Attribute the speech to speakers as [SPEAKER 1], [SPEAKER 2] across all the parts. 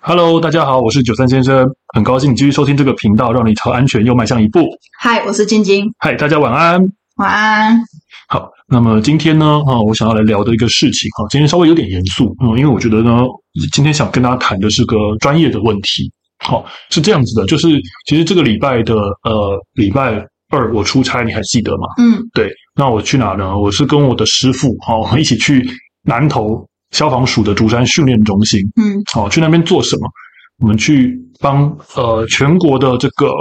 [SPEAKER 1] Hello，大家好，我是九三先生，很高兴你继续收听这个频道，让你朝安全又迈向一步。
[SPEAKER 2] 嗨，我是晶晶，
[SPEAKER 1] 嗨，大家晚安。
[SPEAKER 2] 晚安。
[SPEAKER 1] 好，那么今天呢，哈，我想要来聊的一个事情，哈，今天稍微有点严肃，嗯，因为我觉得呢，今天想跟大家谈的是个专业的问题。好，是这样子的，就是其实这个礼拜的呃礼拜二我出差，你还记得吗？
[SPEAKER 2] 嗯，
[SPEAKER 1] 对，那我去哪呢？我是跟我的师傅，哈，我们一起去南投消防署的竹山训练中心，
[SPEAKER 2] 嗯
[SPEAKER 1] 好，去那边做什么？我们去帮呃全国的这个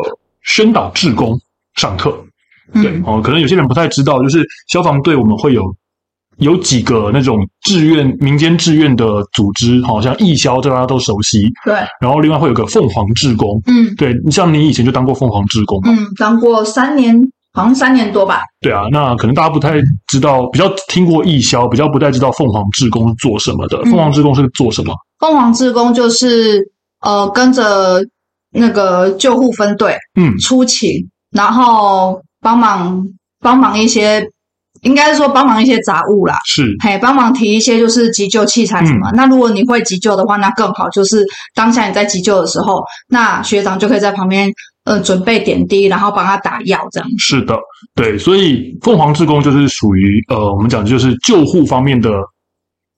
[SPEAKER 1] 宣导志工上课。对
[SPEAKER 2] 嗯，
[SPEAKER 1] 哦，可能有些人不太知道，就是消防队我们会有有几个那种志愿民间志愿的组织，好、像义消大家都熟悉，
[SPEAKER 2] 对，
[SPEAKER 1] 然后另外会有个凤凰志工。
[SPEAKER 2] 嗯
[SPEAKER 1] 对，像你以前就当过凤凰志工嘛，
[SPEAKER 2] 嗯，当过三年，好像三年多吧。
[SPEAKER 1] 对啊，那可能大家不太知道，比较听过义消，比较不太知道凤凰志工是做什么的。
[SPEAKER 2] 嗯
[SPEAKER 1] 凤凰志工是做什么？
[SPEAKER 2] 凤凰志工就是呃跟着那个救护分队
[SPEAKER 1] 嗯，
[SPEAKER 2] 出勤，然后帮忙帮忙一些，应该是说帮忙一些杂物啦。
[SPEAKER 1] 是，
[SPEAKER 2] 嘿，帮忙提一些就是急救器材什么。那如果你会急救的话，那更好。就是当下你在急救的时候，那学长就可以在旁边呃准备点滴，然后帮他打药这样。
[SPEAKER 1] 是的，对，所以凤凰志工就是属于呃，我们讲就是救护方面的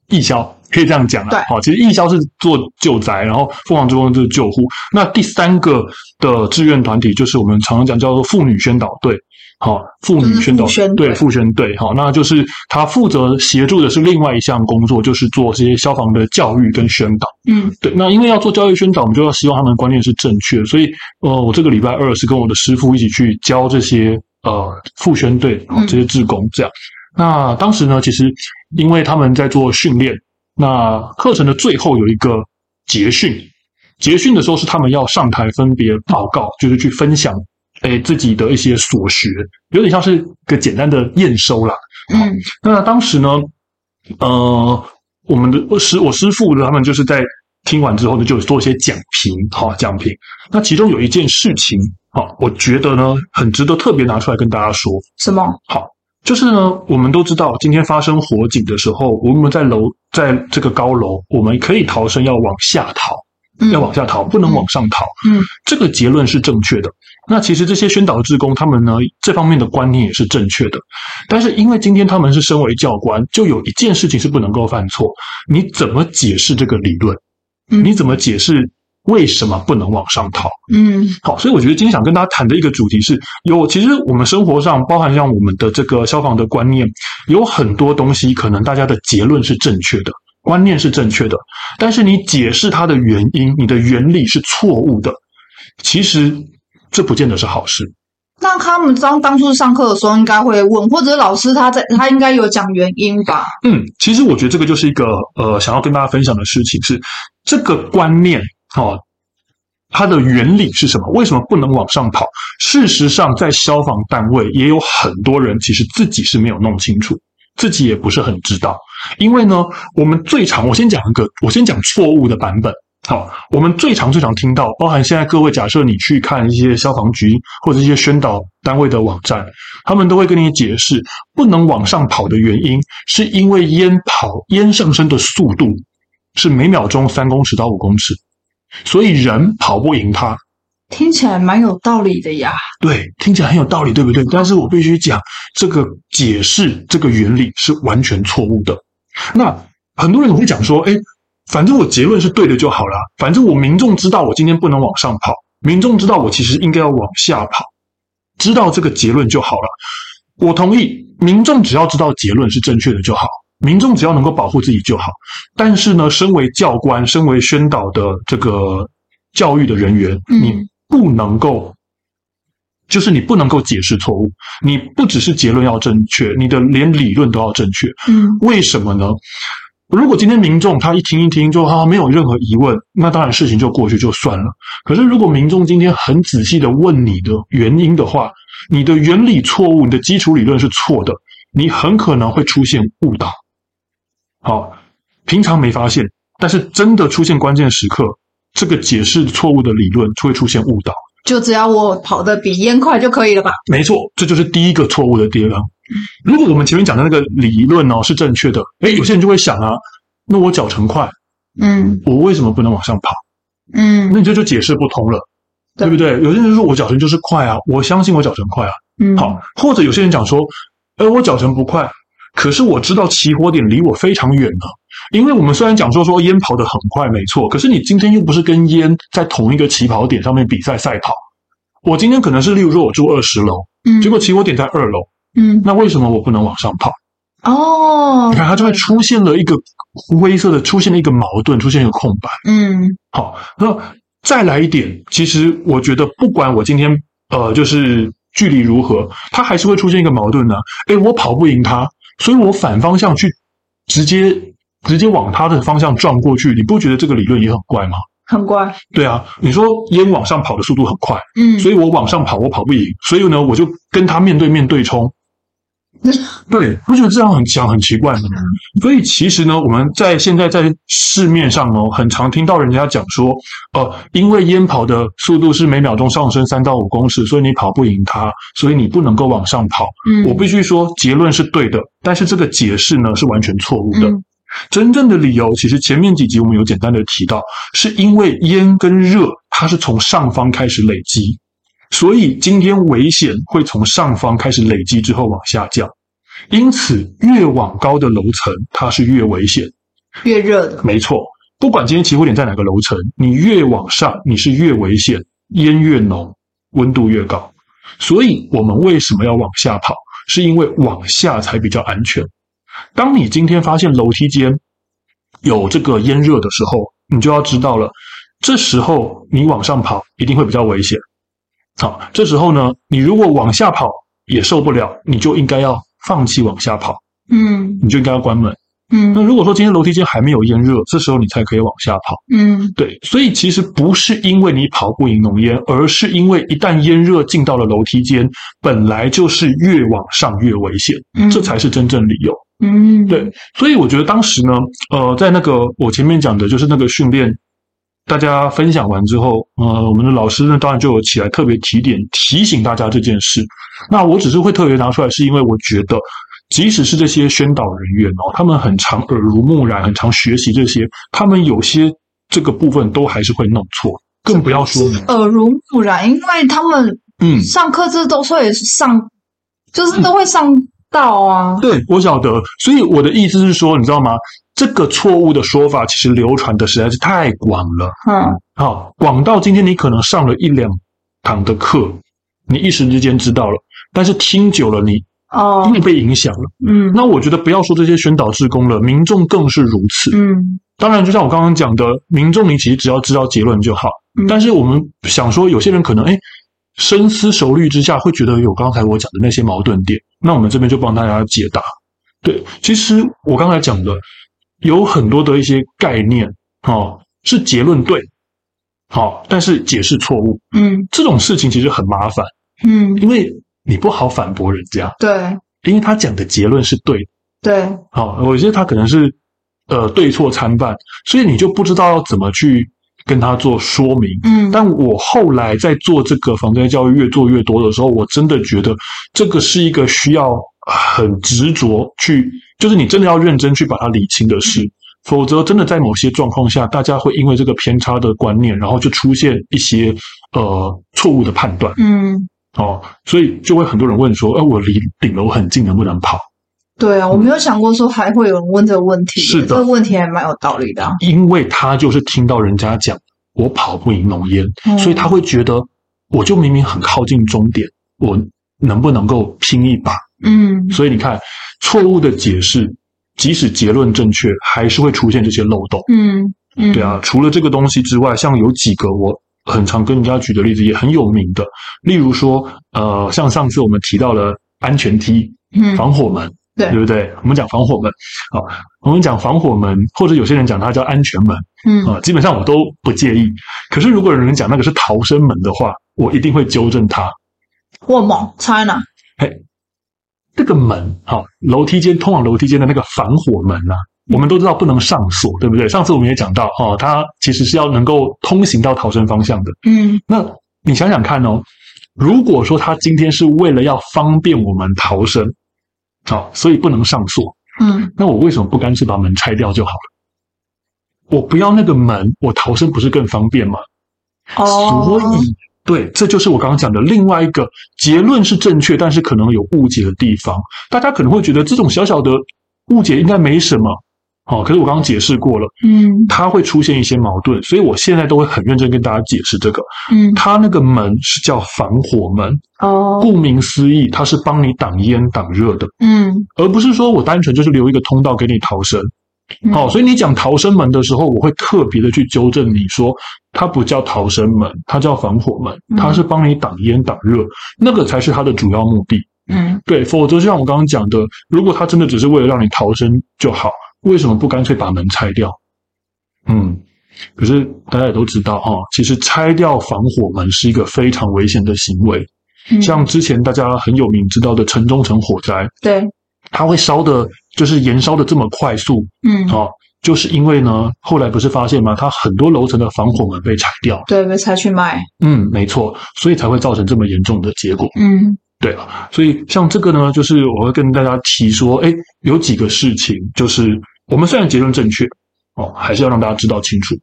[SPEAKER 1] 义消，可以这样讲啦。
[SPEAKER 2] 对
[SPEAKER 1] 好，其实义消是做救灾，然后凤凰志工就是救护。那第三个的志愿团体就是我们常常讲叫做妇女宣导队。好，妇女宣导
[SPEAKER 2] 就是妇宣队
[SPEAKER 1] 对妇宣队，好，那就是他负责协助的是另外一项工作，就是做这些消防的教育跟宣导。
[SPEAKER 2] 嗯
[SPEAKER 1] 对，那因为要做教育宣导，我们就要希望他们的观念是正确，所以呃，我这个礼拜二是跟我的师傅一起去教这些呃复宣队、哦
[SPEAKER 2] 嗯
[SPEAKER 1] 这些志工这样。那当时呢，其实因为他们在做训练，那课程的最后有一个结训，结训的时候是他们要上台分别报告，就是去分享。诶自己的一些所学，有点像是个简单的验收啦。
[SPEAKER 2] 嗯
[SPEAKER 1] 那当时呢，呃，我们的我师我师傅呢，他们就是在听完之后呢，就有做一些讲评，哈、讲评。那其中有一件事情，哈、我觉得呢，很值得特别拿出来跟大家说，
[SPEAKER 2] 什么？
[SPEAKER 1] 就是呢，我们都知道，今天发生火警的时候，我们在楼在这个高楼，我们可以逃生，要往下逃，
[SPEAKER 2] 嗯
[SPEAKER 1] 要往下逃，不能往上逃。
[SPEAKER 2] 嗯
[SPEAKER 1] 这个结论是正确的。那其实这些宣导志工他们呢，这方面的观念也是正确的。但是因为今天他们是身为教官，就有一件事情是不能够犯错。你怎么解释这个理论？
[SPEAKER 2] 嗯
[SPEAKER 1] 你怎么解释为什么不能往上逃？
[SPEAKER 2] 嗯
[SPEAKER 1] 好，所以我觉得今天想跟大家谈的一个主题是有，其实我们生活上包含像我们的这个消防的观念，有很多东西可能大家的结论是正确的，观念是正确的，但是你解释它的原因，你的原理是错误的，其实这不见得是好事。
[SPEAKER 2] 那他们当当初上课的时候应该会问，或者老师他在他应该有讲原因吧？
[SPEAKER 1] 嗯，其实我觉得这个就是一个呃，想要跟大家分享的事情是这个观念哦，它的原理是什么？为什么不能往上跑？事实上，在消防单位也有很多人其实自己是没有弄清楚，自己也不是很知道。因为呢，我们最常我先讲一个，我先讲错误的版本。好，我们最常最常听到，包含现在各位，假设你去看一些消防局或者一些宣导单位的网站，他们都会跟你解释，不能往上跑的原因，是因为烟跑烟上升的速度是每秒钟三公尺到五公尺，所以人跑不赢它。
[SPEAKER 2] 听起来蛮有道理的呀。
[SPEAKER 1] 对，听起来很有道理，对不对？但是我必须讲，这个解释这个原理是完全错误的。那很多人会讲说，哎，反正我结论是对的就好啦，反正我民众知道我今天不能往上跑，民众知道我其实应该要往下跑，知道这个结论就好了。我同意，民众只要知道结论是正确的就好，民众只要能够保护自己就好。但是呢，身为教官，身为宣导的这个教育的人员，
[SPEAKER 2] 嗯
[SPEAKER 1] 你不能够。就是你不能够解释错误，你不只是结论要正确，你的连理论都要正确。
[SPEAKER 2] 嗯
[SPEAKER 1] 为什么呢？如果今天民众他一听一听就哈、啊、没有任何疑问，那当然事情就过去就算了。可是如果民众今天很仔细的问你的原因的话，你的原理错误，你的基础理论是错的，你很可能会出现误导。好，平常没发现，但是真的出现关键时刻，这个解释错误的理论就会出现误导。
[SPEAKER 2] 就只要我跑得比烟快就可以了吧？
[SPEAKER 1] 没错，这就是第一个错误的地方。如果我们前面讲的那个理论哦是正确的，诶，有些人就会想啊，那我脚程快，
[SPEAKER 2] 嗯
[SPEAKER 1] 我为什么不能往上跑？
[SPEAKER 2] 嗯
[SPEAKER 1] 那你这就解释不通了，
[SPEAKER 2] 对
[SPEAKER 1] 对不对？有些人说我脚程就是快啊，我相信我脚程快啊。
[SPEAKER 2] 嗯，
[SPEAKER 1] 好，或者有些人讲说，呃，我脚程不快，可是我知道起火点离我非常远呢、因为我们虽然讲说说烟跑得很快，没错，可是你今天又不是跟烟在同一个起跑点上面比赛赛跑。我今天可能是，例如说我住二十楼，
[SPEAKER 2] 嗯，
[SPEAKER 1] 结果起火点在二楼，
[SPEAKER 2] 嗯
[SPEAKER 1] 那为什么我不能往上跑？
[SPEAKER 2] 哦
[SPEAKER 1] 你，看，它就会出现了一个灰色的，出现了一个矛盾，出现一个空白。
[SPEAKER 2] 嗯
[SPEAKER 1] 好，那再来一点，其实我觉得不管我今天呃，就是距离如何，它还是会出现一个矛盾呢、诶，我跑不赢它，所以我反方向去直接直接往它的方向撞过去，你不觉得这个理论也很怪吗？
[SPEAKER 2] 很乖，
[SPEAKER 1] 对啊，你说烟往上跑的速度很快，
[SPEAKER 2] 嗯，
[SPEAKER 1] 所以我往上跑，我跑不赢，所以呢，我就跟他面对面对冲。对，不觉得这样很讲很奇怪吗？所以其实呢，我们在现在在市面上哦，很常听到人家讲说，呃，因为烟跑的速度是每秒钟上升三到五公尺，所以你跑不赢它，所以你不能够往上跑。
[SPEAKER 2] 嗯
[SPEAKER 1] 我必须说，结论是对的，但是这个解释呢是完全错误的。
[SPEAKER 2] 嗯
[SPEAKER 1] 真正的理由，其实前面几集我们有简单的提到，是因为烟跟热它是从上方开始累积，所以今天危险会从上方开始累积之后往下降，因此越往高的楼层它是越危险。
[SPEAKER 2] 越热的，
[SPEAKER 1] 没错，不管今天起火点在哪个楼层，你越往上你是越危险，烟越浓，温度越高。所以我们为什么要往下跑？是因为往下才比较安全。当你今天发现楼梯间有这个烟热的时候，你就要知道了，这时候你往上跑一定会比较危险。好，这时候呢，你如果往下跑也受不了，你就应该要放弃往下跑，
[SPEAKER 2] 嗯
[SPEAKER 1] 你就应该要关门。那
[SPEAKER 2] 嗯
[SPEAKER 1] 如果说今天楼梯间还没有烟热，这时候你才可以往下跑。
[SPEAKER 2] 嗯
[SPEAKER 1] 对，所以其实不是因为你跑不赢浓烟，而是因为一旦烟热进到了楼梯间，本来就是越往上越危险，
[SPEAKER 2] 嗯，
[SPEAKER 1] 这才是真正理由。
[SPEAKER 2] 嗯
[SPEAKER 1] 对，所以我觉得当时呢，呃，在那个我前面讲的就是那个训练，大家分享完之后，呃，我们的老师呢当然就有起来特别提点提醒大家这件事。那我只是会特别拿出来，是因为我觉得。即使是这些宣导人员哦，他们很常耳濡目染，很常学习这些，他们有些这个部分都还是会弄错，更不要说你
[SPEAKER 2] 耳濡目染，因为他们
[SPEAKER 1] 嗯，
[SPEAKER 2] 上课这都会上，就是都会上到啊，
[SPEAKER 1] 对，我晓得。所以我的意思是说，你知道吗？这个错误的说法其实流传的实在是太广了。
[SPEAKER 2] 嗯
[SPEAKER 1] 好，广到今天你可能上了一两堂的课，你一时之间知道了，但是听久了你
[SPEAKER 2] 哦
[SPEAKER 1] 因为被影响了。
[SPEAKER 2] 嗯
[SPEAKER 1] 那我觉得不要说这些宣导志工了，民众更是如此。
[SPEAKER 2] 嗯
[SPEAKER 1] 当然，就像我刚刚讲的，民众你其实只要知道结论就好。
[SPEAKER 2] 嗯
[SPEAKER 1] 但是我们想说，有些人可能哎深思熟虑之下，会觉得有刚才我讲的那些矛盾点。那我们这边就帮大家解答。对，其实我刚才讲的有很多的一些概念哦，是结论对，好、但是解释错误。
[SPEAKER 2] 嗯
[SPEAKER 1] 这种事情其实很麻烦，
[SPEAKER 2] 嗯，
[SPEAKER 1] 因为你不好反驳人家，
[SPEAKER 2] 对
[SPEAKER 1] 因为他讲的结论是对的
[SPEAKER 2] 对，
[SPEAKER 1] 好、我觉得他可能是呃对错参半，所以你就不知道要怎么去跟他做说明。
[SPEAKER 2] 嗯
[SPEAKER 1] 但我后来在做这个防灾教育越做越多的时候，我真的觉得这个是一个需要很执着去，就是你真的要认真去把它理清的事，否则真的在某些状况下，大家会因为这个偏差的观念，然后就出现一些呃错误的判断
[SPEAKER 2] 嗯。
[SPEAKER 1] 哦，所以就会很多人问说，哎、我离顶楼很近，能不能跑？
[SPEAKER 2] 对啊，我没有想过说还会有人问这个问题，
[SPEAKER 1] 是的
[SPEAKER 2] 这个问题还蛮有道理的啊、
[SPEAKER 1] 因为他就是听到人家讲我跑不赢浓烟，
[SPEAKER 2] 嗯
[SPEAKER 1] 所以他会觉得我就明明很靠近终点，我能不能够拼一把？
[SPEAKER 2] 嗯
[SPEAKER 1] 所以你看，错误的解释，即使结论正确，还是会出现这些漏洞。
[SPEAKER 2] 嗯嗯，
[SPEAKER 1] 对，啊，除了这个东西之外，像有几个我很常跟人家举的例子也很有名的，例如说，呃，像上次我们提到了安全梯、
[SPEAKER 2] 嗯
[SPEAKER 1] 防火门，
[SPEAKER 2] 对
[SPEAKER 1] 对不对？我们讲防火门，好，我们讲防火门，或者有些人讲它叫安全门。
[SPEAKER 2] 嗯
[SPEAKER 1] 啊，基本上我都不介意。可是如果有人讲那个是逃生门的话，我一定会纠正他。
[SPEAKER 2] 我猛 China，
[SPEAKER 1] 这个门，哈、楼梯间通往楼梯间的那个防火门啊，我们都知道不能上锁，对不对？上次我们也讲到，哦，它其实是要能够通行到逃生方向的。
[SPEAKER 2] 嗯
[SPEAKER 1] 那你想想看哦，如果说他今天是为了要方便我们逃生，好、所以不能上锁，
[SPEAKER 2] 嗯，
[SPEAKER 1] 那我为什么不干脆把门拆掉就好了？我不要那个门，我逃生不是更方便吗？所
[SPEAKER 2] 哦，
[SPEAKER 1] 以，对，这就是我刚刚讲的另外一个结论是正确，但是可能有误解的地方。大家可能会觉得这种小小的误解应该没什么，哦，可是我刚刚解释过了，
[SPEAKER 2] 嗯
[SPEAKER 1] 它会出现一些矛盾，所以我现在都会很认真跟大家解释这个。
[SPEAKER 2] 嗯，
[SPEAKER 1] 它那个门是叫防火门，
[SPEAKER 2] 哦，
[SPEAKER 1] 顾名思义，它是帮你挡烟挡热的，
[SPEAKER 2] 嗯，
[SPEAKER 1] 而不是说我单纯就是留一个通道给你逃生。
[SPEAKER 2] 嗯
[SPEAKER 1] 哦，，所以你讲逃生门的时候，我会特别的去纠正你说，它不叫逃生门，它叫防火门，
[SPEAKER 2] 嗯
[SPEAKER 1] 它是帮你挡烟挡热，那个才是它的主要目的。
[SPEAKER 2] 嗯
[SPEAKER 1] 对，否则就像我刚刚讲的，如果它真的只是为了让你逃生就好，为什么不干脆把门拆掉？嗯，可是大家也都知道哈、哦，其实拆掉防火门是一个非常危险的行为，
[SPEAKER 2] 嗯，
[SPEAKER 1] 像之前大家很有名知道的城中城火灾，
[SPEAKER 2] 对，
[SPEAKER 1] 它会烧的，就是燃烧的这么快速，
[SPEAKER 2] 嗯，
[SPEAKER 1] 哦，就是因为呢，后来不是发现吗？它很多楼层的防火门被拆掉，
[SPEAKER 2] 对，被拆去卖，
[SPEAKER 1] 嗯，没错，所以才会造成这么严重的结果。
[SPEAKER 2] 嗯
[SPEAKER 1] 对啊，所以像这个呢，就是我会跟大家提说，哎，有几个事情，就是我们虽然结论正确，哦，还是要让大家知道清楚。，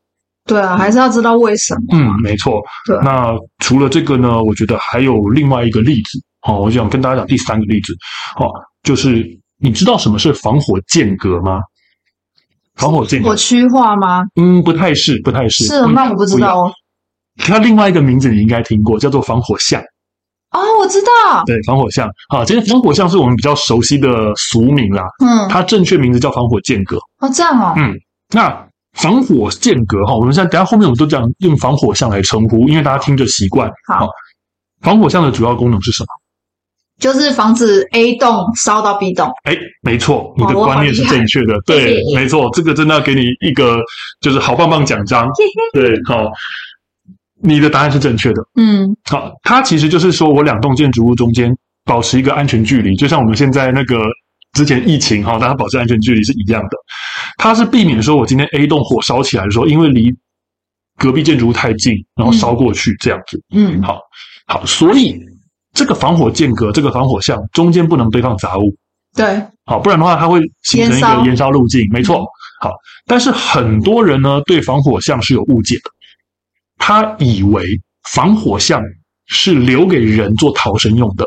[SPEAKER 2] 对啊，还是要知道为什么。
[SPEAKER 1] 嗯，没错。
[SPEAKER 2] 对
[SPEAKER 1] 那除了这个呢，我觉得还有另外一个例子，哦，我想跟大家讲第三个例子，哦，就是你知道什么是防火间隔吗？防火间隔
[SPEAKER 2] 我，区化吗？
[SPEAKER 1] 嗯，不太是，不太是。
[SPEAKER 2] 是哦，
[SPEAKER 1] 一
[SPEAKER 2] 那
[SPEAKER 1] 样
[SPEAKER 2] 我不知
[SPEAKER 1] 一样
[SPEAKER 2] 道哦。
[SPEAKER 1] 它另外一个名字你应该听过，叫做防火巷。
[SPEAKER 2] 哦，我知道，
[SPEAKER 1] 对，防火巷啊，其实防火巷是我们比较熟悉的俗名啦，
[SPEAKER 2] 嗯，
[SPEAKER 1] 它正确名字叫防火间隔。
[SPEAKER 2] 哦，这样哦，
[SPEAKER 1] 嗯那防火间隔哈，我们现在等一下后面我们都讲用防火巷来称呼，因为大家听着习惯。
[SPEAKER 2] 好
[SPEAKER 1] 防火巷的主要功能是什么？
[SPEAKER 2] 就是防止 A 栋烧到 B 栋。
[SPEAKER 1] 哎，没错，你的
[SPEAKER 2] 哦我好
[SPEAKER 1] 观念是
[SPEAKER 2] 厉害
[SPEAKER 1] 正确的，
[SPEAKER 2] 谢
[SPEAKER 1] 对
[SPEAKER 2] 谢，
[SPEAKER 1] 没错，这个真的要给你一个就是好棒棒奖章，对，好，你的答案是正确的。
[SPEAKER 2] 嗯
[SPEAKER 1] 好，它其实就是说我两栋建筑物中间保持一个安全距离，就像我们现在那个之前疫情哈，大家保持安全距离是一样的。它是避免说我今天 A 栋火烧起来的时候，因为离隔壁建筑物太近，然后烧过去这样子。
[SPEAKER 2] 嗯，
[SPEAKER 1] 好，好，所以这个防火间隔，这个防火巷中间不能堆放杂物，
[SPEAKER 2] 对，
[SPEAKER 1] 好，不然的话它会形成一个
[SPEAKER 2] 燃烧嗯
[SPEAKER 1] 燃烧路径，没错。好，但是很多人呢对防火巷是有误解的，他以为防火巷是留给人做逃生用的，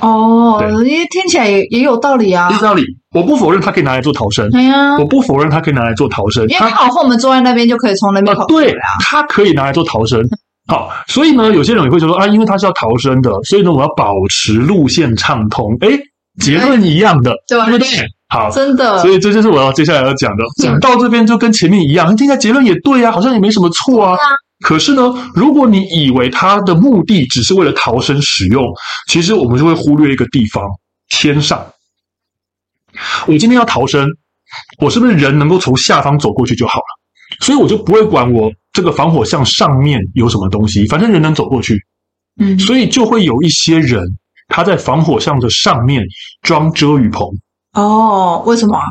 [SPEAKER 2] 哦
[SPEAKER 1] 对，
[SPEAKER 2] 因为听起来也也有道理啊嗯
[SPEAKER 1] 一。道理，我不否认它可以拿来做逃生，
[SPEAKER 2] 对呀
[SPEAKER 1] 我，不否认它可以拿来做逃生，
[SPEAKER 2] 因为
[SPEAKER 1] 它
[SPEAKER 2] 刚好后门坐在那边就可以从那边
[SPEAKER 1] 啊
[SPEAKER 2] 跑，
[SPEAKER 1] 对
[SPEAKER 2] 啊。，嗯
[SPEAKER 1] 它可以拿来做逃生。好，所以呢，有些人也会说啊，因为它是要逃生的，所以呢，我要保持路线畅通。哎，结论一样的，
[SPEAKER 2] 对
[SPEAKER 1] 对不对？好，
[SPEAKER 2] 真的
[SPEAKER 1] 所，以这就是我要接下来要讲的。
[SPEAKER 2] 嗯
[SPEAKER 1] 讲到这边就跟前面一样，听起来结论也对啊，好像也没什么错啊
[SPEAKER 2] 对啊。
[SPEAKER 1] 可是呢，如果你以为它的目的只是为了逃生使用，其实我们就会忽略一个地方——天上。我今天要逃生，我是不是人能够从下方走过去就好了？所以我就不会管我这个防火巷上面有什么东西，反正人能走过去。
[SPEAKER 2] 嗯，
[SPEAKER 1] 所以就会有一些人他在防火巷的上面装遮雨棚、
[SPEAKER 2] 哦，为什么啊？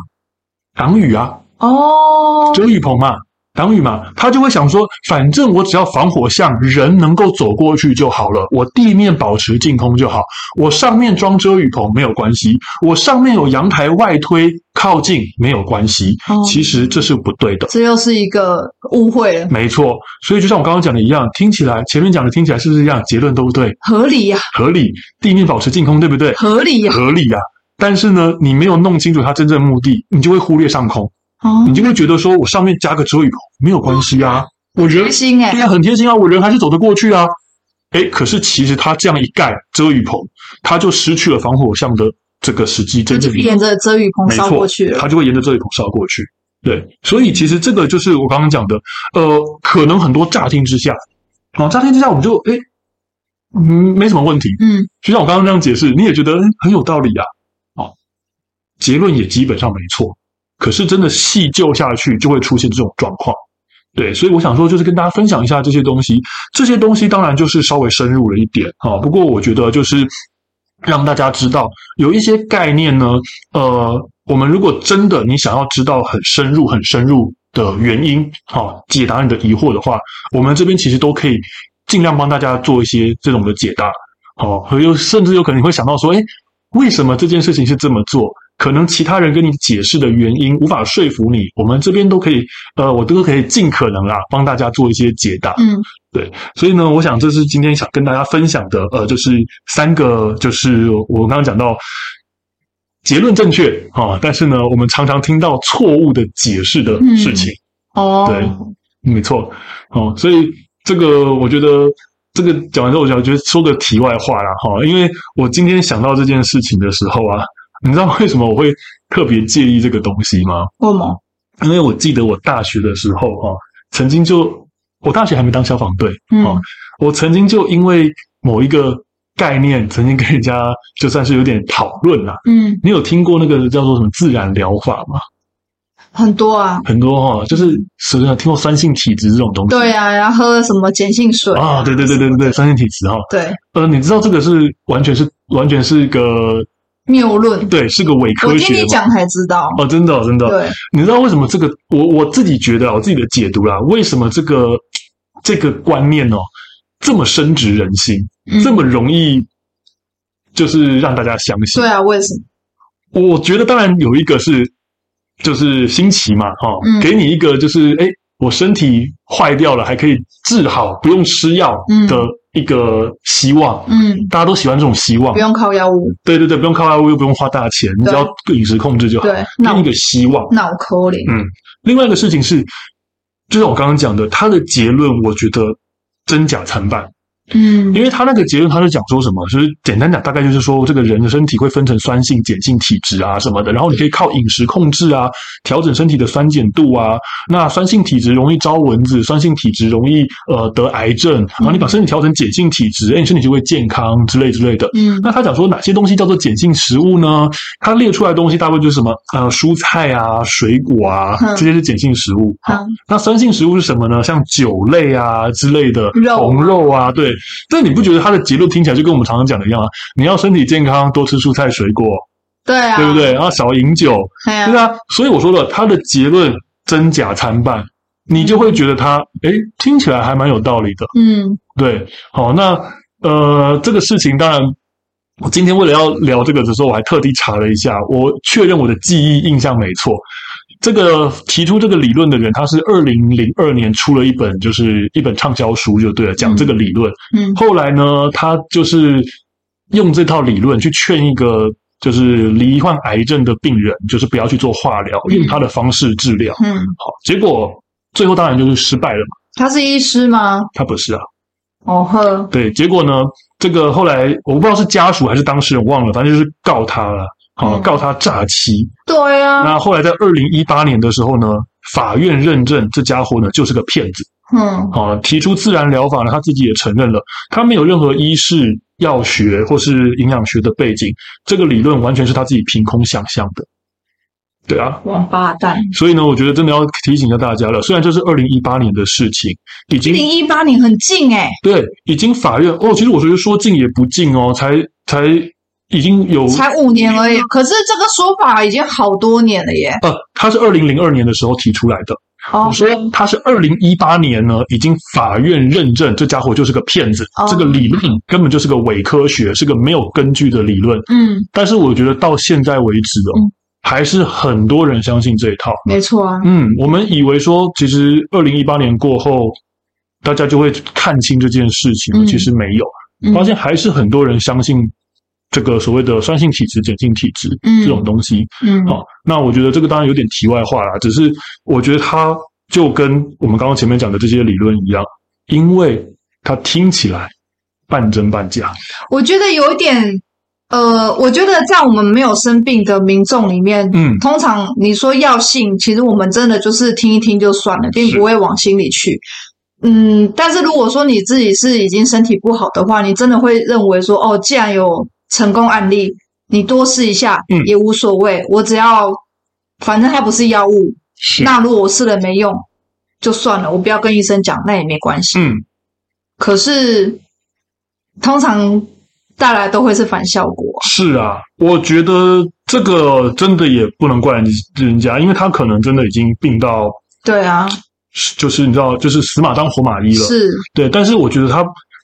[SPEAKER 1] 挡雨啊。
[SPEAKER 2] 哦，
[SPEAKER 1] 遮雨棚嘛，挡雨嘛，他就会想说，反正我只要防火巷，人能够走过去就好了，我地面保持净空就好，我上面装遮雨棚没有关系，我上面有阳台外推靠近没有关系
[SPEAKER 2] 哦，
[SPEAKER 1] 其实这是不对的。
[SPEAKER 2] 这又是一个误会了，
[SPEAKER 1] 没错，所以就像我刚刚讲的一样，听起来前面讲的听起来是不是一样？结论都对，
[SPEAKER 2] 合理呀，
[SPEAKER 1] 合理，地面保持净空，对不对？
[SPEAKER 2] 合理呀，
[SPEAKER 1] 合理呀、但是呢，你没有弄清楚它真正目的，你就会忽略上空，
[SPEAKER 2] 哦
[SPEAKER 1] 你，就会觉得说我上面加个遮雨棚没有关系啊，我人
[SPEAKER 2] 开心哎
[SPEAKER 1] 对，呀，很贴心啊，我人还是走得过去啊。哎，可是其实它这样一盖遮雨棚，它就失去了防火巷的这个实际
[SPEAKER 2] 就
[SPEAKER 1] 真正意义
[SPEAKER 2] 沿着遮雨棚
[SPEAKER 1] 没
[SPEAKER 2] 烧过
[SPEAKER 1] 错
[SPEAKER 2] 去，了，
[SPEAKER 1] 它就会沿着遮雨棚烧过去。对，所以其实这个就是我刚刚讲的，呃，可能很多乍听之下，啊，乍听之下我们就哎，嗯，没什么问题。
[SPEAKER 2] 嗯，
[SPEAKER 1] 就像我刚刚这样解释，你也觉得嗯很有道理啊，哦，结论也基本上没错，可是真的细究下去，就会出现这种状况。对，所以我想说，就是跟大家分享一下这些东西。这些东西当然就是稍微深入了一点啊、不过我觉得就是让大家知道，有一些概念呢，呃，我们如果真的你想要知道很深入、很深入的原因，啊、解答你的疑惑的话，我们这边其实都可以尽量帮大家做一些这啊种的解答。哦，和又甚至有可能你会想到说，哎，为什么这件事情是这么做？可能其他人给你解释的原因无法说服你，我们这边都可以，呃，我都可以尽可能啦，啊帮大家做一些解答。
[SPEAKER 2] 嗯，
[SPEAKER 1] 对，所以呢，我想这是今天想跟大家分享的，呃，就是三个，就是我刚刚讲到结论正确啊、但是呢，我们常常听到错误的解释的事情。
[SPEAKER 2] 哦，
[SPEAKER 1] 对没错，哦，所以这个我觉得这个讲完之后，我想觉得说个题外话啦，哈、因为我今天想到这件事情的时候啊， 你知道为什么我会特别介意这个东西吗？
[SPEAKER 2] 为什么？
[SPEAKER 1] 因为我记得我大学的时候哦，曾经就我大学还没当消防队
[SPEAKER 2] 嗯
[SPEAKER 1] 哦，我曾经就因为某一个概念，曾经跟人家就算是有点讨论啦、
[SPEAKER 2] 嗯，
[SPEAKER 1] 你有听过那个叫做什么自然疗法吗？
[SPEAKER 2] 很多啊，
[SPEAKER 1] 很多哈、哦，就是首先有听过酸性体质这种东西。
[SPEAKER 2] 对啊，然后喝什么碱性水
[SPEAKER 1] 啊，对对对对对对，酸性体质哈、哦，
[SPEAKER 2] 对，
[SPEAKER 1] 呃，你知道这个是完全是完全是个
[SPEAKER 2] 谬论。
[SPEAKER 1] 对，是个伪
[SPEAKER 2] 我
[SPEAKER 1] 科
[SPEAKER 2] 听
[SPEAKER 1] 学
[SPEAKER 2] 你
[SPEAKER 1] 嘛。
[SPEAKER 2] 讲才知道，
[SPEAKER 1] 哦，真的、哦、真的哦、
[SPEAKER 2] 对，
[SPEAKER 1] 你知道为什么这个？我我自己觉得啊，我自己的解读啦、为什么这个这个观念哦这么深植人心，
[SPEAKER 2] 嗯
[SPEAKER 1] 这么容易就是让大家相信
[SPEAKER 2] 对？啊，为什么？
[SPEAKER 1] 我觉得当然有一个是就是新奇嘛，哈、哦，
[SPEAKER 2] 嗯
[SPEAKER 1] 给你一个就是哎，诶我身体坏掉了还可以治好，不用吃药
[SPEAKER 2] 嗯
[SPEAKER 1] 的一个希望。
[SPEAKER 2] 嗯，
[SPEAKER 1] 大家都喜欢这种希望
[SPEAKER 2] 不，用靠药物，
[SPEAKER 1] 对对对，不用靠药物，又不用花大钱，你只
[SPEAKER 2] 对
[SPEAKER 1] 要饮食控制就好。
[SPEAKER 2] 对那
[SPEAKER 1] 另一个希望，
[SPEAKER 2] 脑壳里，
[SPEAKER 1] 嗯，另外一个事情是，就像我刚刚讲的，他的结论我觉得真假参半，
[SPEAKER 2] 嗯
[SPEAKER 1] 因为他那个结论他是讲说什么，就是简单讲，大概就是说这个人的身体会分成酸性、碱性体质啊什么的，然后你可以靠饮食控制啊，调整身体的酸碱度啊。那酸性体质容易招蚊子，酸性体质容易呃得癌症，然后你把身体调成碱性体质，哎，你身体就会健康之类之类的。
[SPEAKER 2] 嗯
[SPEAKER 1] 那他讲说哪些东西叫做碱性食物呢？他列出来的东西大部分就是什么呃蔬菜啊、水果啊，
[SPEAKER 2] 嗯
[SPEAKER 1] 这些是碱性食物。
[SPEAKER 2] 好，
[SPEAKER 1] 那酸性食物是什么呢？像酒类啊之类的，
[SPEAKER 2] 肉
[SPEAKER 1] 红肉啊，对。但你不觉得它的结论听起来就跟我们常常讲的一样啊？你要身体健康，多吃蔬菜水果，
[SPEAKER 2] 对啊，
[SPEAKER 1] 对不？对？然后少饮酒，
[SPEAKER 2] 哎呀
[SPEAKER 1] 对，啊。所以我说了，它的结论真假参半，你就会觉得它，诶，听起来还蛮有道理的。
[SPEAKER 2] 嗯
[SPEAKER 1] 对，好，那呃，这个事情当然，我今天为了要聊这个的时候，我还特地查了一下，我确认我的记忆印象没错。这个提出这个理论的人，他是二零零二年出了一本，就是一本畅销书，就对了，讲这个理论。
[SPEAKER 2] 嗯
[SPEAKER 1] 后来呢，他就是用这套理论去劝一个就是罹患癌症的病人，就是不要去做化疗，用他的方式治疗。
[SPEAKER 2] 嗯，
[SPEAKER 1] 好，结果最后当然就是失败了嘛，
[SPEAKER 2] 他是医师吗？
[SPEAKER 1] 他不是啊。
[SPEAKER 2] 哦呵，
[SPEAKER 1] 对，结果呢，这个后来我不知道是家属还是当事人忘了，反正就是告他了，好、
[SPEAKER 2] 嗯
[SPEAKER 1] 告他诈欺。
[SPEAKER 2] 对啊，
[SPEAKER 1] 那后来在二零一八年的时候呢，法院认证这家伙呢就是个骗子，
[SPEAKER 2] 嗯
[SPEAKER 1] 啊，提出自然疗法呢，他自己也承认了，他没有任何医师、药学或是营养学的背景，这个理论完全是他自己凭空想象的。对啊，
[SPEAKER 2] 王八蛋，
[SPEAKER 1] 所以呢，我觉得真的要提醒一下大家了。虽然这是二零一八年的事情，已经
[SPEAKER 2] 零一八年很近哎，
[SPEAKER 1] 对，已经法院哦，其实我觉得说禁也不禁哦，才才已经有
[SPEAKER 2] 才五年而已，可是这个说法已经好多年了耶。
[SPEAKER 1] 呃，他是二零零二年的时候提出来的。
[SPEAKER 2] 哦
[SPEAKER 1] 我，说他是二零一八年呢，已经法院认证这家伙就是个骗子，
[SPEAKER 2] 哦
[SPEAKER 1] 这个理论根本就是个伪科学，是个没有根据的理论。
[SPEAKER 2] 嗯，
[SPEAKER 1] 但是我觉得到现在为止哦，
[SPEAKER 2] 嗯
[SPEAKER 1] 还是很多人相信这一套。
[SPEAKER 2] 没错啊，
[SPEAKER 1] 嗯，我们以为说，其实二零一八年过后，大家就会看清这件事情了，
[SPEAKER 2] 嗯
[SPEAKER 1] 其实没有。
[SPEAKER 2] 嗯
[SPEAKER 1] 发现还是很多人相信这个所谓的酸性体质、碱性体质
[SPEAKER 2] 嗯
[SPEAKER 1] 这种东西。
[SPEAKER 2] 嗯
[SPEAKER 1] 好、那我觉得这个当然有点题外话啦，只是我觉得它就跟我们刚刚前面讲的这些理论一样，因为它听起来半真半假。
[SPEAKER 2] 我觉得有一点，呃，我觉得在我们没有生病的民众里面，
[SPEAKER 1] 嗯
[SPEAKER 2] 通常你说药性，其实我们真的就是听一听就算了，并不会往心里去。嗯，但是如果说你自己是已经身体不好的话，你真的会认为说，哦，既然有成功案例，你多试一下、
[SPEAKER 1] 嗯
[SPEAKER 2] 也无所谓，我只要反正它不是药物，
[SPEAKER 1] 是
[SPEAKER 2] 那如果我试了没用，就算了，我不要跟医生讲，那也没关系。
[SPEAKER 1] 嗯，
[SPEAKER 2] 可是通常带来都会是反效果。
[SPEAKER 1] 是啊，我觉得这个真的也不能怪人人家，因为他可能真的已经病到。
[SPEAKER 2] 对啊，
[SPEAKER 1] 就是你知道，就是死马当活马医了。
[SPEAKER 2] 是，
[SPEAKER 1] 对，但是我觉得他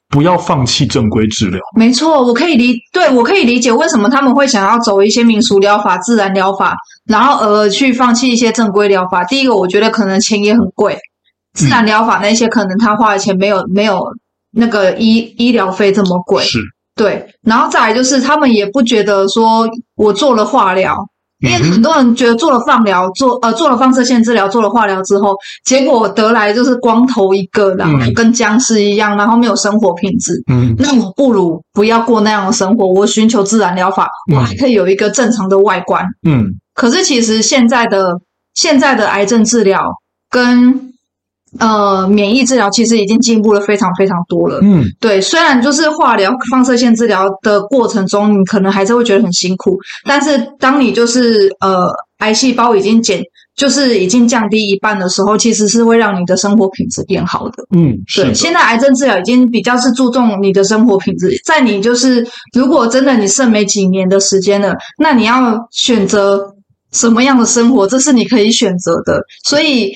[SPEAKER 1] 不要放弃正规治疗。
[SPEAKER 2] 没错，我可以理对我可以理解为什么他们会想要走一些民俗疗法、自然疗法，然后偶尔去放弃一些正规疗法。第一个，我觉得可能钱也很贵，自然疗法那些可能他花的钱没有没有那个医医疗费这么贵。
[SPEAKER 1] 是，
[SPEAKER 2] 对，然后再来就是他们也不觉得说我做了化疗，因为
[SPEAKER 1] 嗯哼
[SPEAKER 2] 很多人觉得做了放疗，做呃做了放射线治疗，做了化疗之后，结果得来就是光头一个，然后
[SPEAKER 1] 嗯
[SPEAKER 2] 跟僵尸一样，然后没有生活品质。
[SPEAKER 1] 嗯
[SPEAKER 2] 那我不如不要过那样的生活，我寻求自然疗法，我还可以有一个正常的外观。
[SPEAKER 1] 嗯，
[SPEAKER 2] 可是其实现在的现在的癌症治疗跟呃免疫治疗其实已经进步了非常非常多了。
[SPEAKER 1] 嗯，
[SPEAKER 2] 对，虽然就是化疗、放射线治疗的过程中，你可能还是会觉得很辛苦，但是当你就是呃，癌细胞已经减，就是已经降低一半的时候，其实是会让你的生活品质变好的。
[SPEAKER 1] 嗯，是
[SPEAKER 2] 对，
[SPEAKER 1] 的，
[SPEAKER 2] 现在癌症治疗已经比较是注重你的生活品质，在你就是如果真的你剩没几年的时间了，那你要选择什么样的生活，这是你可以选择的。所以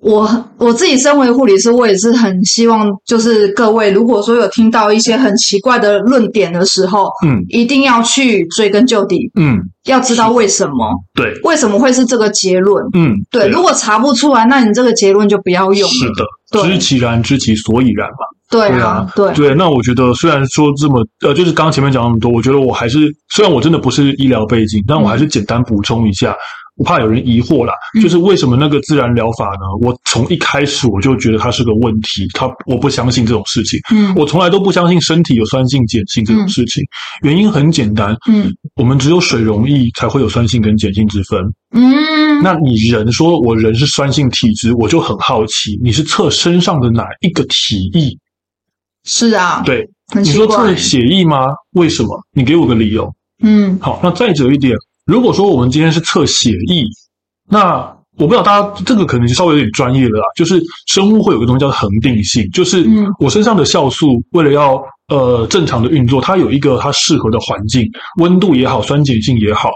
[SPEAKER 2] 我，我自己身为护理师，我也是很希望，就是各位如果说有听到一些很奇怪的论点的时候，
[SPEAKER 1] 嗯
[SPEAKER 2] 一定要去追根究底，
[SPEAKER 1] 嗯，
[SPEAKER 2] 要知道为什么，
[SPEAKER 1] 对，
[SPEAKER 2] 为什么会是这个结论。
[SPEAKER 1] 嗯，
[SPEAKER 2] 对，如果查不出来，那你这个结论就不要用
[SPEAKER 1] 是
[SPEAKER 2] 了。
[SPEAKER 1] 的，
[SPEAKER 2] 对
[SPEAKER 1] 知其然，知其所以然嘛。
[SPEAKER 2] 对
[SPEAKER 1] 对
[SPEAKER 2] 啊
[SPEAKER 1] 啊，
[SPEAKER 2] 对。
[SPEAKER 1] 对，那我觉得虽然说这么呃，就是刚刚前面讲那么多，我觉得我还是虽然我真的不是医疗背景，但我还是简单补充一下，我怕有人疑惑啦，
[SPEAKER 2] 嗯
[SPEAKER 1] 就是为什么那个自然疗法呢？我从一开始我就觉得它是个问题，它我不相信这种事情，
[SPEAKER 2] 嗯
[SPEAKER 1] 我从来都不相信身体有酸性碱性这种事情，原因很简单，
[SPEAKER 2] 嗯
[SPEAKER 1] 我们只有水溶液才会有酸性跟碱性之分，
[SPEAKER 2] 嗯，
[SPEAKER 1] 那你人说我人是酸性体质，我就很好奇，你是测身上的哪一个体液？
[SPEAKER 2] 是啊，
[SPEAKER 1] 对，
[SPEAKER 2] 很
[SPEAKER 1] 你
[SPEAKER 2] 奇
[SPEAKER 1] 说
[SPEAKER 2] 怪
[SPEAKER 1] 测，血液吗？为什么？你给我个理由。
[SPEAKER 2] 嗯
[SPEAKER 1] 好，那再者一点，如果说我们今天是测血液，那我不知道大家这个可能稍微有点专业了啦，就是生物会有个东西叫恒定性，就是
[SPEAKER 2] 嗯
[SPEAKER 1] 我身上的酵素为了要呃正常的运作，它有一个它适合的环境，温度也好，酸碱性也好，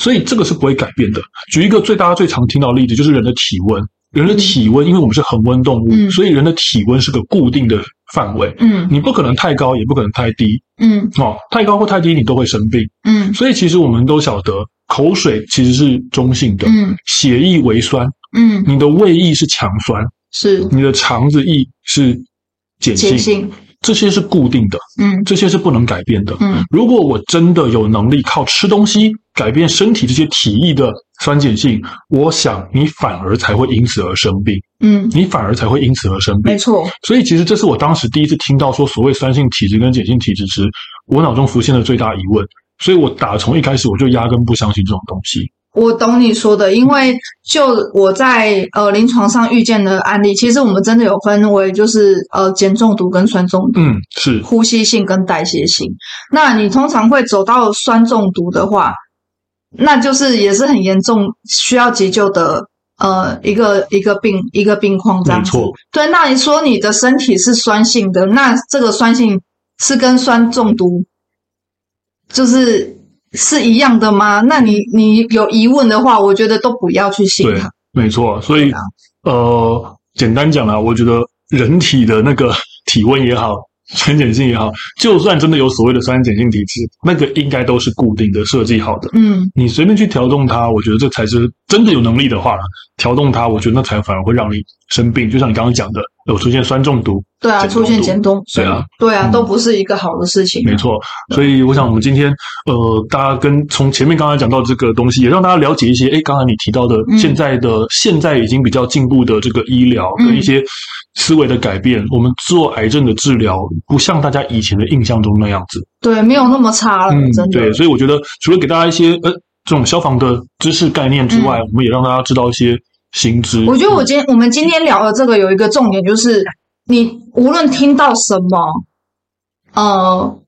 [SPEAKER 1] 所以这个是不会改变的。举一个最大家最常听到的例子，就是人的体温。人的体温，因为我们是恒温动物，
[SPEAKER 2] 嗯
[SPEAKER 1] 所以人的体温是个固定的范围，
[SPEAKER 2] 嗯
[SPEAKER 1] 你不可能太高，也不可能太低
[SPEAKER 2] 嗯
[SPEAKER 1] 哦，太高或太低你都会生病。
[SPEAKER 2] 嗯
[SPEAKER 1] 所以其实我们都晓得，口水其实是中性的，
[SPEAKER 2] 嗯
[SPEAKER 1] 血液为酸，
[SPEAKER 2] 嗯，
[SPEAKER 1] 你的胃液是强酸，
[SPEAKER 2] 是
[SPEAKER 1] 你的肠子液是碱性，
[SPEAKER 2] 碱性，
[SPEAKER 1] 这些是固定的，
[SPEAKER 2] 嗯
[SPEAKER 1] 这些是不能改变的。
[SPEAKER 2] 嗯
[SPEAKER 1] 如果我真的有能力靠吃东西改变身体这些体液的酸碱性，我想你反而才会因此而生病，
[SPEAKER 2] 嗯，
[SPEAKER 1] 你反而才会因此而生病
[SPEAKER 2] 没。错，
[SPEAKER 1] 所以其实这是我当时第一次听到说所谓酸性体质跟碱性体质时，我脑中浮现的最大疑问。所以我打从一开始我就压根不相信这种东西。
[SPEAKER 2] 我懂你说的，因为就我在呃临床上遇见的案例，其实我们真的有分为就是呃碱中毒跟酸中毒。
[SPEAKER 1] 嗯，是，
[SPEAKER 2] 呼吸性跟代谢性。那你通常会走到酸中毒的话，那就是也是很严重，需要急救的呃一个一个病一个病况这样子
[SPEAKER 1] 没错。
[SPEAKER 2] 对，那你说你的身体是酸性的，那这个酸性是跟酸中毒就是是一样的吗？那你你有疑问的话，我觉得都不要去信
[SPEAKER 1] 对
[SPEAKER 2] 它。，
[SPEAKER 1] 没错。所以呃，简单讲啦，我觉得人体的那个体温也好，酸碱性也好，就算真的有所谓的酸碱性体质，那个应该都是固定的、设计好的。
[SPEAKER 2] 嗯，
[SPEAKER 1] 你随便去调动它，我觉得这才是真的有能力的话啦，调动它，我觉得那才反而会让你生病。就像你刚刚讲的，有出现酸中毒，
[SPEAKER 2] 对啊，
[SPEAKER 1] 减
[SPEAKER 2] 出
[SPEAKER 1] 重
[SPEAKER 2] 现
[SPEAKER 1] 度
[SPEAKER 2] 减重，
[SPEAKER 1] 对啊，
[SPEAKER 2] 对啊，
[SPEAKER 1] 嗯
[SPEAKER 2] 都不是一个好的事情。啊
[SPEAKER 1] 没，错，
[SPEAKER 2] 嗯
[SPEAKER 1] 所以我想我们今天呃，大家跟从前面刚才讲到这个东西，也让大家了解一些，诶，刚才你提到的
[SPEAKER 2] 嗯
[SPEAKER 1] 现在的、现在已经比较进步的这个医疗
[SPEAKER 2] 嗯
[SPEAKER 1] 跟一些思维的改变，我们做癌症的治疗不像大家以前的印象中那样子，嗯
[SPEAKER 2] 对，没有那么差了，啊真的。
[SPEAKER 1] 对，所以我觉得除了给大家一些呃这种消防的知识概念之外，我们也让大家知道一些新知。
[SPEAKER 2] 嗯我觉得我今我们今天聊的这个有一个重点，就是你无论听到什么，呃，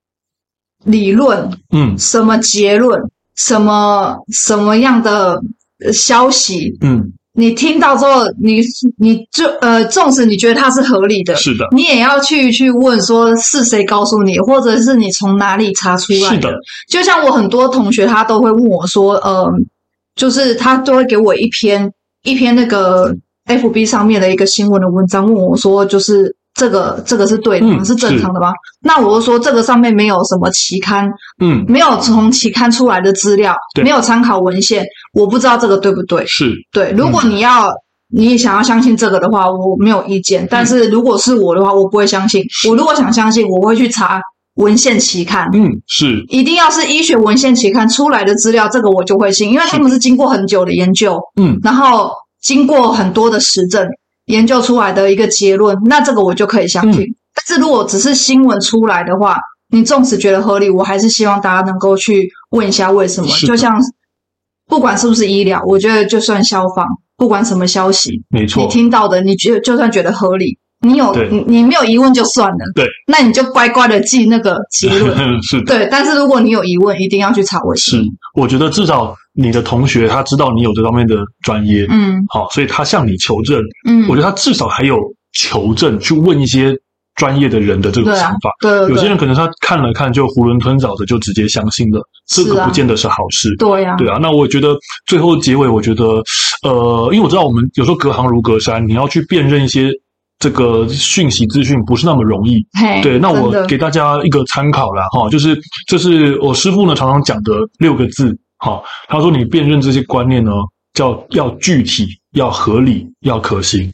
[SPEAKER 2] 理论、
[SPEAKER 1] 嗯
[SPEAKER 2] 什么结论、什么什么样的呃消息，
[SPEAKER 1] 嗯，
[SPEAKER 2] 你听到之后，你你就呃，纵使你觉得它是合理的，
[SPEAKER 1] 是的，
[SPEAKER 2] 你也要去去问说是谁告诉你，或者是你从哪里查出来
[SPEAKER 1] 是的，
[SPEAKER 2] 就像我很多同学，他都会问我说，呃，就是他都会给我一篇一篇那个 FB 上面的一个新闻的文章，问我说，就是这个这个是对的吗？
[SPEAKER 1] 嗯
[SPEAKER 2] 是正常的吗？那我就说这个上面没有什么期刊，
[SPEAKER 1] 嗯，
[SPEAKER 2] 没有从期刊出来的资料，
[SPEAKER 1] 对
[SPEAKER 2] 没有参考文献，我不知道这个对不对。
[SPEAKER 1] 是
[SPEAKER 2] 对，如果你要、你想要相信这个的话，我没有意见。但是如果是我的话，我不会相信。我如果想相信，我会去查文献期刊。
[SPEAKER 1] 嗯是
[SPEAKER 2] 一定要是医学文献期刊出来的资料，这个我就会信，因为他们是经过很久的研究，
[SPEAKER 1] 嗯
[SPEAKER 2] 然后经过很多的实证研究出来的一个结论，那这个我就可以相信。
[SPEAKER 1] 嗯
[SPEAKER 2] 但是如果只是新闻出来的话，你纵使觉得合理，我还是希望大家能够去问一下为什么。
[SPEAKER 1] 是的
[SPEAKER 2] 就像不管是不是医疗，我觉得就算消防，不管什么消息，
[SPEAKER 1] 没
[SPEAKER 2] 你
[SPEAKER 1] 错，
[SPEAKER 2] 听到的，你觉就算觉得合理。你有
[SPEAKER 1] 对
[SPEAKER 2] 你你没有疑问就算了，
[SPEAKER 1] 对，
[SPEAKER 2] 那你就乖乖的记那个结论，
[SPEAKER 1] 是的。
[SPEAKER 2] 对，但是如果你有疑问，一定要去查文
[SPEAKER 1] 是
[SPEAKER 2] 献。，
[SPEAKER 1] 我觉得至少你的同学他知道你有这方面的专业，
[SPEAKER 2] 嗯
[SPEAKER 1] 好，所以他向你求证，
[SPEAKER 2] 嗯，
[SPEAKER 1] 我觉得他至少还有求证，去问一些专业的人的这种
[SPEAKER 2] 对
[SPEAKER 1] 想
[SPEAKER 2] 啊
[SPEAKER 1] 法。
[SPEAKER 2] 对
[SPEAKER 1] 有
[SPEAKER 2] 对
[SPEAKER 1] 些
[SPEAKER 2] 对，
[SPEAKER 1] 人可能他看了看就囫囵吞枣的就直接相信了，这
[SPEAKER 2] 是
[SPEAKER 1] 个
[SPEAKER 2] 啊
[SPEAKER 1] 不见得是好事。
[SPEAKER 2] 对呀，
[SPEAKER 1] 对啊，那我觉得最后结尾，我觉得，呃，因为我知道我们有时候隔行如隔山，你要去辨认一些这个讯息资讯不是那么容易。
[SPEAKER 2] 嘿，
[SPEAKER 1] 对，那
[SPEAKER 2] 哎真
[SPEAKER 1] 我
[SPEAKER 2] 的
[SPEAKER 1] 给大家一个参考啦，哈，就是这是我师傅呢常常讲的六个字，哈，他说你辨认这些观念呢，叫要具体、要合理、要可行。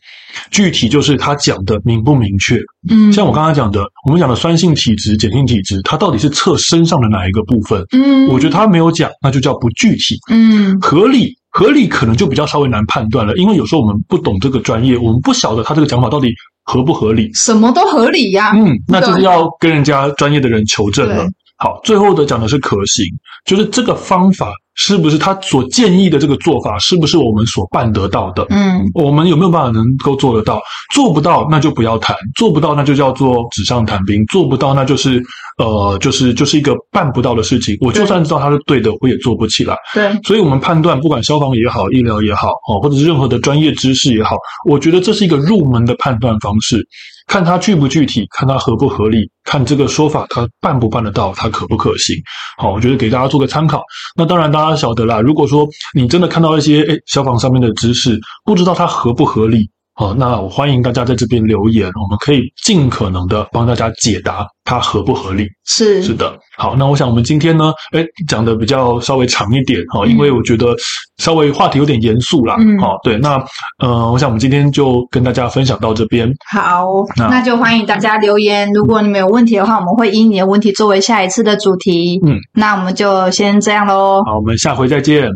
[SPEAKER 1] 具体就是他讲的明不明确，
[SPEAKER 2] 嗯，
[SPEAKER 1] 像我刚刚讲的，我们讲的酸性体质、碱性体质，它到底是测身上的哪一个部分？
[SPEAKER 2] 嗯，
[SPEAKER 1] 我觉得他没有讲，那就叫不具体。
[SPEAKER 2] 嗯
[SPEAKER 1] 合理合理可能就比较稍微难判断了，因为有时候我们不懂这个专业，我们不晓得他这个讲法到底合不合理。
[SPEAKER 2] 什么都合理呀，
[SPEAKER 1] 嗯，那就是要跟人家专业的人求证了
[SPEAKER 2] 对。
[SPEAKER 1] 好，最后的讲的是可行，就是这个方法是不是他所建议的这个做法，是不是我们所办得到的？
[SPEAKER 2] 嗯
[SPEAKER 1] 我们有没有办法能够做得到？做不到，那就不要谈；做不到，那就叫做纸上谈兵；做不到，那就是呃，就是就是一个办不到的事情。我就
[SPEAKER 2] 对
[SPEAKER 1] 算知道它是对的，我也做不起来。
[SPEAKER 2] 对，
[SPEAKER 1] 所以我们判断，不管消防也好、医疗也好，哦，或者是任何的专业知识也好，我觉得这是一个入门的判断方式，看它具不具体，看它合不合理，看这个说法它办不办得到，它可不可行。好，我觉得给大家做个参考。那当然，大家晓得啦，如果说你真的看到一些诶消防上面的知识，不知道它合不合理。哦，那我欢迎大家在这边留言，我们可以尽可能的帮大家解答它合不合理。
[SPEAKER 2] 是
[SPEAKER 1] 是的，好，那我想我们今天呢，哎，讲的比较稍微长一点哈，哦
[SPEAKER 2] 嗯
[SPEAKER 1] 因为我觉得稍微话题有点严肃啦，
[SPEAKER 2] 嗯
[SPEAKER 1] 好、对，那呃，我想我们今天就跟大家分享到这边，
[SPEAKER 2] 好，
[SPEAKER 1] 那
[SPEAKER 2] 那就欢迎大家留言。如果你们有问题的话，我们会以你的问题作为下一次的主题。
[SPEAKER 1] 嗯，
[SPEAKER 2] 那我们就先这样喽，
[SPEAKER 1] 好，我们下回再见，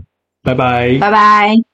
[SPEAKER 1] 拜拜
[SPEAKER 2] 拜拜。